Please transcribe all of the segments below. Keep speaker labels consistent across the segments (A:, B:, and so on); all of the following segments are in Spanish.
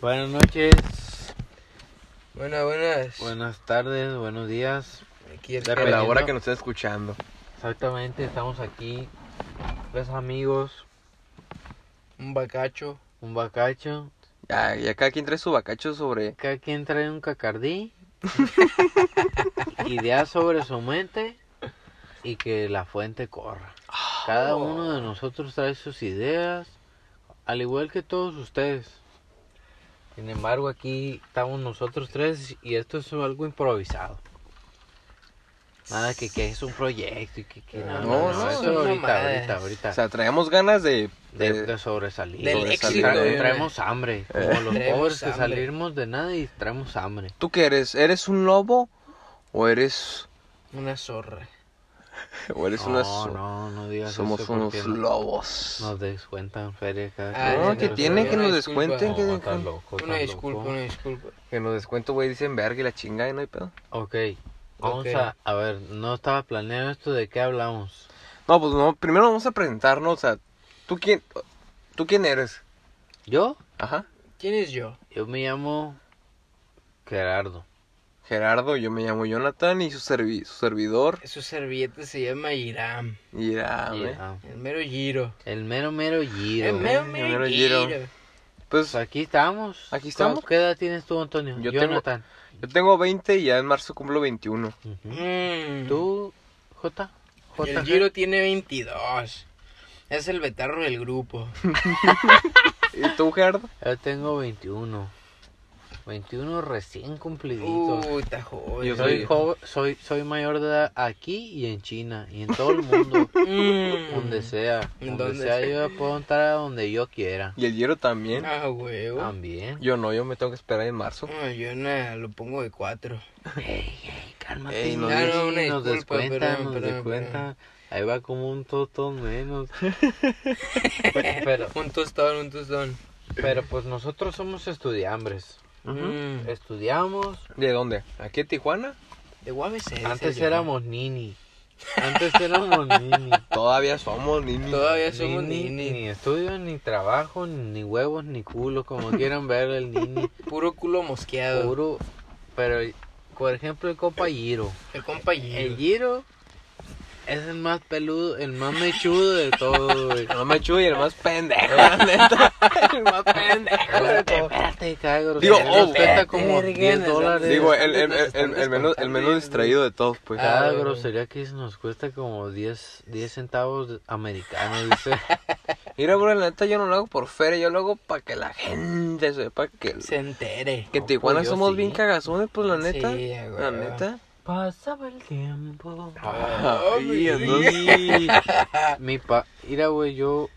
A: Buenas noches,
B: Buenas, buenas.
A: buenas tardes, buenos días.
B: Aquí el
A: Depende,
B: Carlos.
A: la hora que
C: nos esté escuchando.
A: Exactamente, estamos aquí. Tres amigos,
B: Un bacacho.
A: un bacacho.
C: Ya, ya cada quien trae su bacacho sobre.
A: Cada quien trae un cacardí. ideas sobre su mente y que la fuente corra.
C: Oh.
A: Cada uno de nosotros trae sus ideas, al igual que todos ustedes. Sin embargo, aquí estamos nosotros tres y esto es algo improvisado. Nada que, que es un proyecto y que, que nada, no,
C: No,
A: no,
C: no,
A: eso
C: no,
A: ahorita,
B: mamadas.
A: ahorita, ahorita.
C: O sea, traemos ganas de.
A: de,
C: de-
A: de sobresalir.
B: del Eh.
A: Sobresalir.
C: éxito,
A: Tra-
C: yo,
A: traemos hambre, como los
B: Traemos
A: pobres que
B: hambre.
A: salimos de nada y traemos hambre.
C: ¿Tú qué eres? ¿Eres un lobo? ¿O eres.?
B: Una zorra.
C: ¿O eres
A: no,
C: una.?
A: no, no digas
C: Somos
A: eso porque
C: unos
A: no-
C: lobos.
A: Nos descuentan feria cada que viene
B: Ah, no, que
A: el
B: tiene,
A: feria.
B: que nos
A: No,
B: descuenten,
C: que-
A: estás loco,
B: Una
A: estás
B: disculpa,
A: loco.
B: una disculpa.
C: Que nos descuento, güey, dicen verga y la chingada y no hay pedo.
A: Ok, vamos
B: Ok.
A: A, a ver, no estaba planeado esto de qué hablamos.
C: No, pues no, primero vamos a presentarnos. O sea, ¿tú quién. ¿Tú quién eres?
A: ¿Yo?
C: Ajá.
B: ¿Quién es yo?
A: Yo me llamo Gerardo.
C: Gerardo, yo me llamo Jonathan y su, servi- su servidor.
B: Su servilleta se llama Iram.
C: Y ya,
A: Y,
C: güey.
A: ah,
B: El mero Giro.
A: el mero mero Giro. ¿eh?
B: El mero,
C: El
B: mero,
C: mero
B: Giro.
C: Giro. Pues
A: Pues aquí estamos.
C: Aquí estamos.
A: ¿Qué edad tienes tú, Antonio?
C: Yo tengo-
A: Jonathan.
C: yo tengo 20 y ya en marzo cumplo 21.
A: Ujú.
B: Mm.
A: ¿Tú, J? J
B: El Giro tiene 22. Es el betarro del grupo.
C: ¿Y tú, Gerardo?
A: Yo tengo 21. 21 recién cumpliditos.
B: Uy, está joven.
C: Yo
A: soy,
C: soy-
A: joven- soy, soy mayor de edad aquí y en China y en todo el mundo.
B: Mm.
A: donde sea.
B: ¿En
A: Donde
B: dónde
A: sea,
B: sea?
A: yo puedo entrar a donde yo quiera.
C: Y el Giro también.
B: Ah, huevo.
A: También.
C: Yo no, yo me tengo que esperar en marzo.
B: No, yo nada, lo pongo de cuatro.
A: Ey, ey, cálmate.
C: Ey, no
A: güey,
B: digas- no, una
A: nos
B: disculpa,
A: descuentan,
B: perdón,
A: nos
B: perdón,
A: descuentan. Ahí va como un totón menos. pero,
B: Un tostón, un tostón.
A: pero pues nosotros somos estudiambres.
B: Mm.
A: Estudiamos.
C: ¿De dónde? ¿Aquí en Tijuana?
B: De UABC.
A: Antes
B: señor.
A: éramos nini. Antes éramos nini.
C: Todavía somos niños.
B: Todavía somos
A: ni, ni,
B: nini.
A: ni estudio, ni trabajo, ni huevos, ni culo, como quieran ver el nini.
B: Puro culo mosqueado.
A: Puro. Pero, por ejemplo, el compa Giro.
B: El compa Giro.
A: El Giro es el más peludo, el más mechudo de todo, güey.
C: No me chuy, el más pendejo, la neta. El más pendejo de
A: Espérate,
C: todo.
A: espérate, cae grosero.
C: Digo, oh,
A: Nos cuesta como
B: verga,
A: 10
B: nos
A: dólares.
B: están-
C: Digo, eh, el, el, el, el, el menos, el menos distraído de todos, pues.
A: Cada
B: Ah, güey.
A: grosería que nos cuesta como 10, 10 centavos de- americanos, dice.
C: Mira, bro, la neta yo no lo hago por feria, yo lo hago para que la gente sepa que,
B: Se entere.
C: que en
A: No,
C: Tijuana
A: pues, yo
C: somos
A: sí.
C: bien cagazones, pues la neta.
B: Sí,
C: la
B: güey.
C: neta.
A: Pasaba el tiempo.
C: Ay,
B: güey.
C: entonces-
A: Y- mi pa... Mira, güey, yo...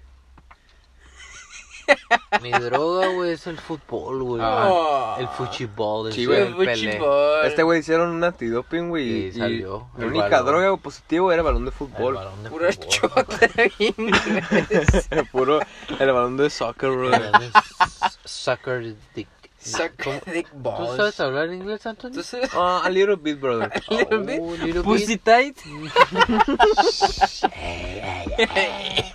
A: Mi droga, güey, es el fútbol, güey.
B: Ah.
A: El fuchibol.
C: Sí,
A: el
C: güey.
B: El
A: el pelé.
B: fuchibol.
C: Este güey hicieron un antidoping, güey.
A: Y
C: Y,
A: salió
C: La
A: el
C: única
A: balón.
C: droga positiva era balón de
A: El
C: fútbol.
A: balón de
B: Puro
A: fútbol.
B: chota inglés.
C: Puro el balón de soccer, bro.
A: El balón de Sucker dick.
B: Suck dick
A: ¿Tú
B: balls.
A: sabes hablar inglés, Antonio?
B: Entonces,
C: Ah, a little bit, brother.
B: little bit.
A: Oh, little
B: Pussy
A: bit.
B: tight.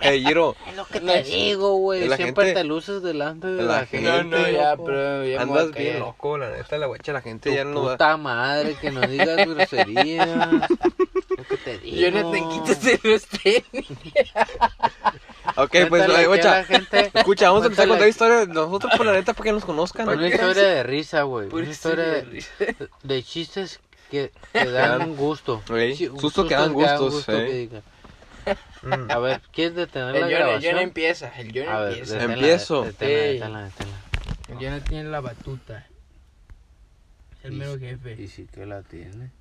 C: Eh, Giro,
A: Es lo que te digo, güey.
C: La
A: Siempre
C: gente-
A: te luces delante de
C: la
A: la gente.
B: No, no, ya,
A: loco.
B: pero ya me voy a
C: andas bien
B: callar.
C: loco, la neta, la guacha, la gente
A: Tu
C: ya no da.
A: puta madre, que no digas groserías. lo que te digo.
B: Yo no te quites de los tenis.
C: Ok, pues,
A: Cuéntale
C: la
A: aquí a
C: guacha.
A: la gente.
C: Escucha, vamos a empezar a contar
A: Cuéntale.
C: historias de nosotros por la neta para que nos conozcan.
A: Una historia de risa, güey.
B: Pura
A: Una historia
B: historia Pues de
A: de, de chistes que, que dan un gusto.
C: Ey,
A: Sí, un
C: susto que dan gustos,
A: gusto
C: eh.
A: que diga.
C: Mm.
A: A ver, ¿quieres detener la
B: El Jonah- el Jonah
A: grabación?
B: empieza. El
A: A
B: Jonah
A: ver,
B: empieza.
A: deténla,
C: Empiezo.
A: deténla,
B: Ey.
A: deténla, deténla.
B: El Jonah tiene la batuta. El mero jefe.
A: Y sí que la tiene.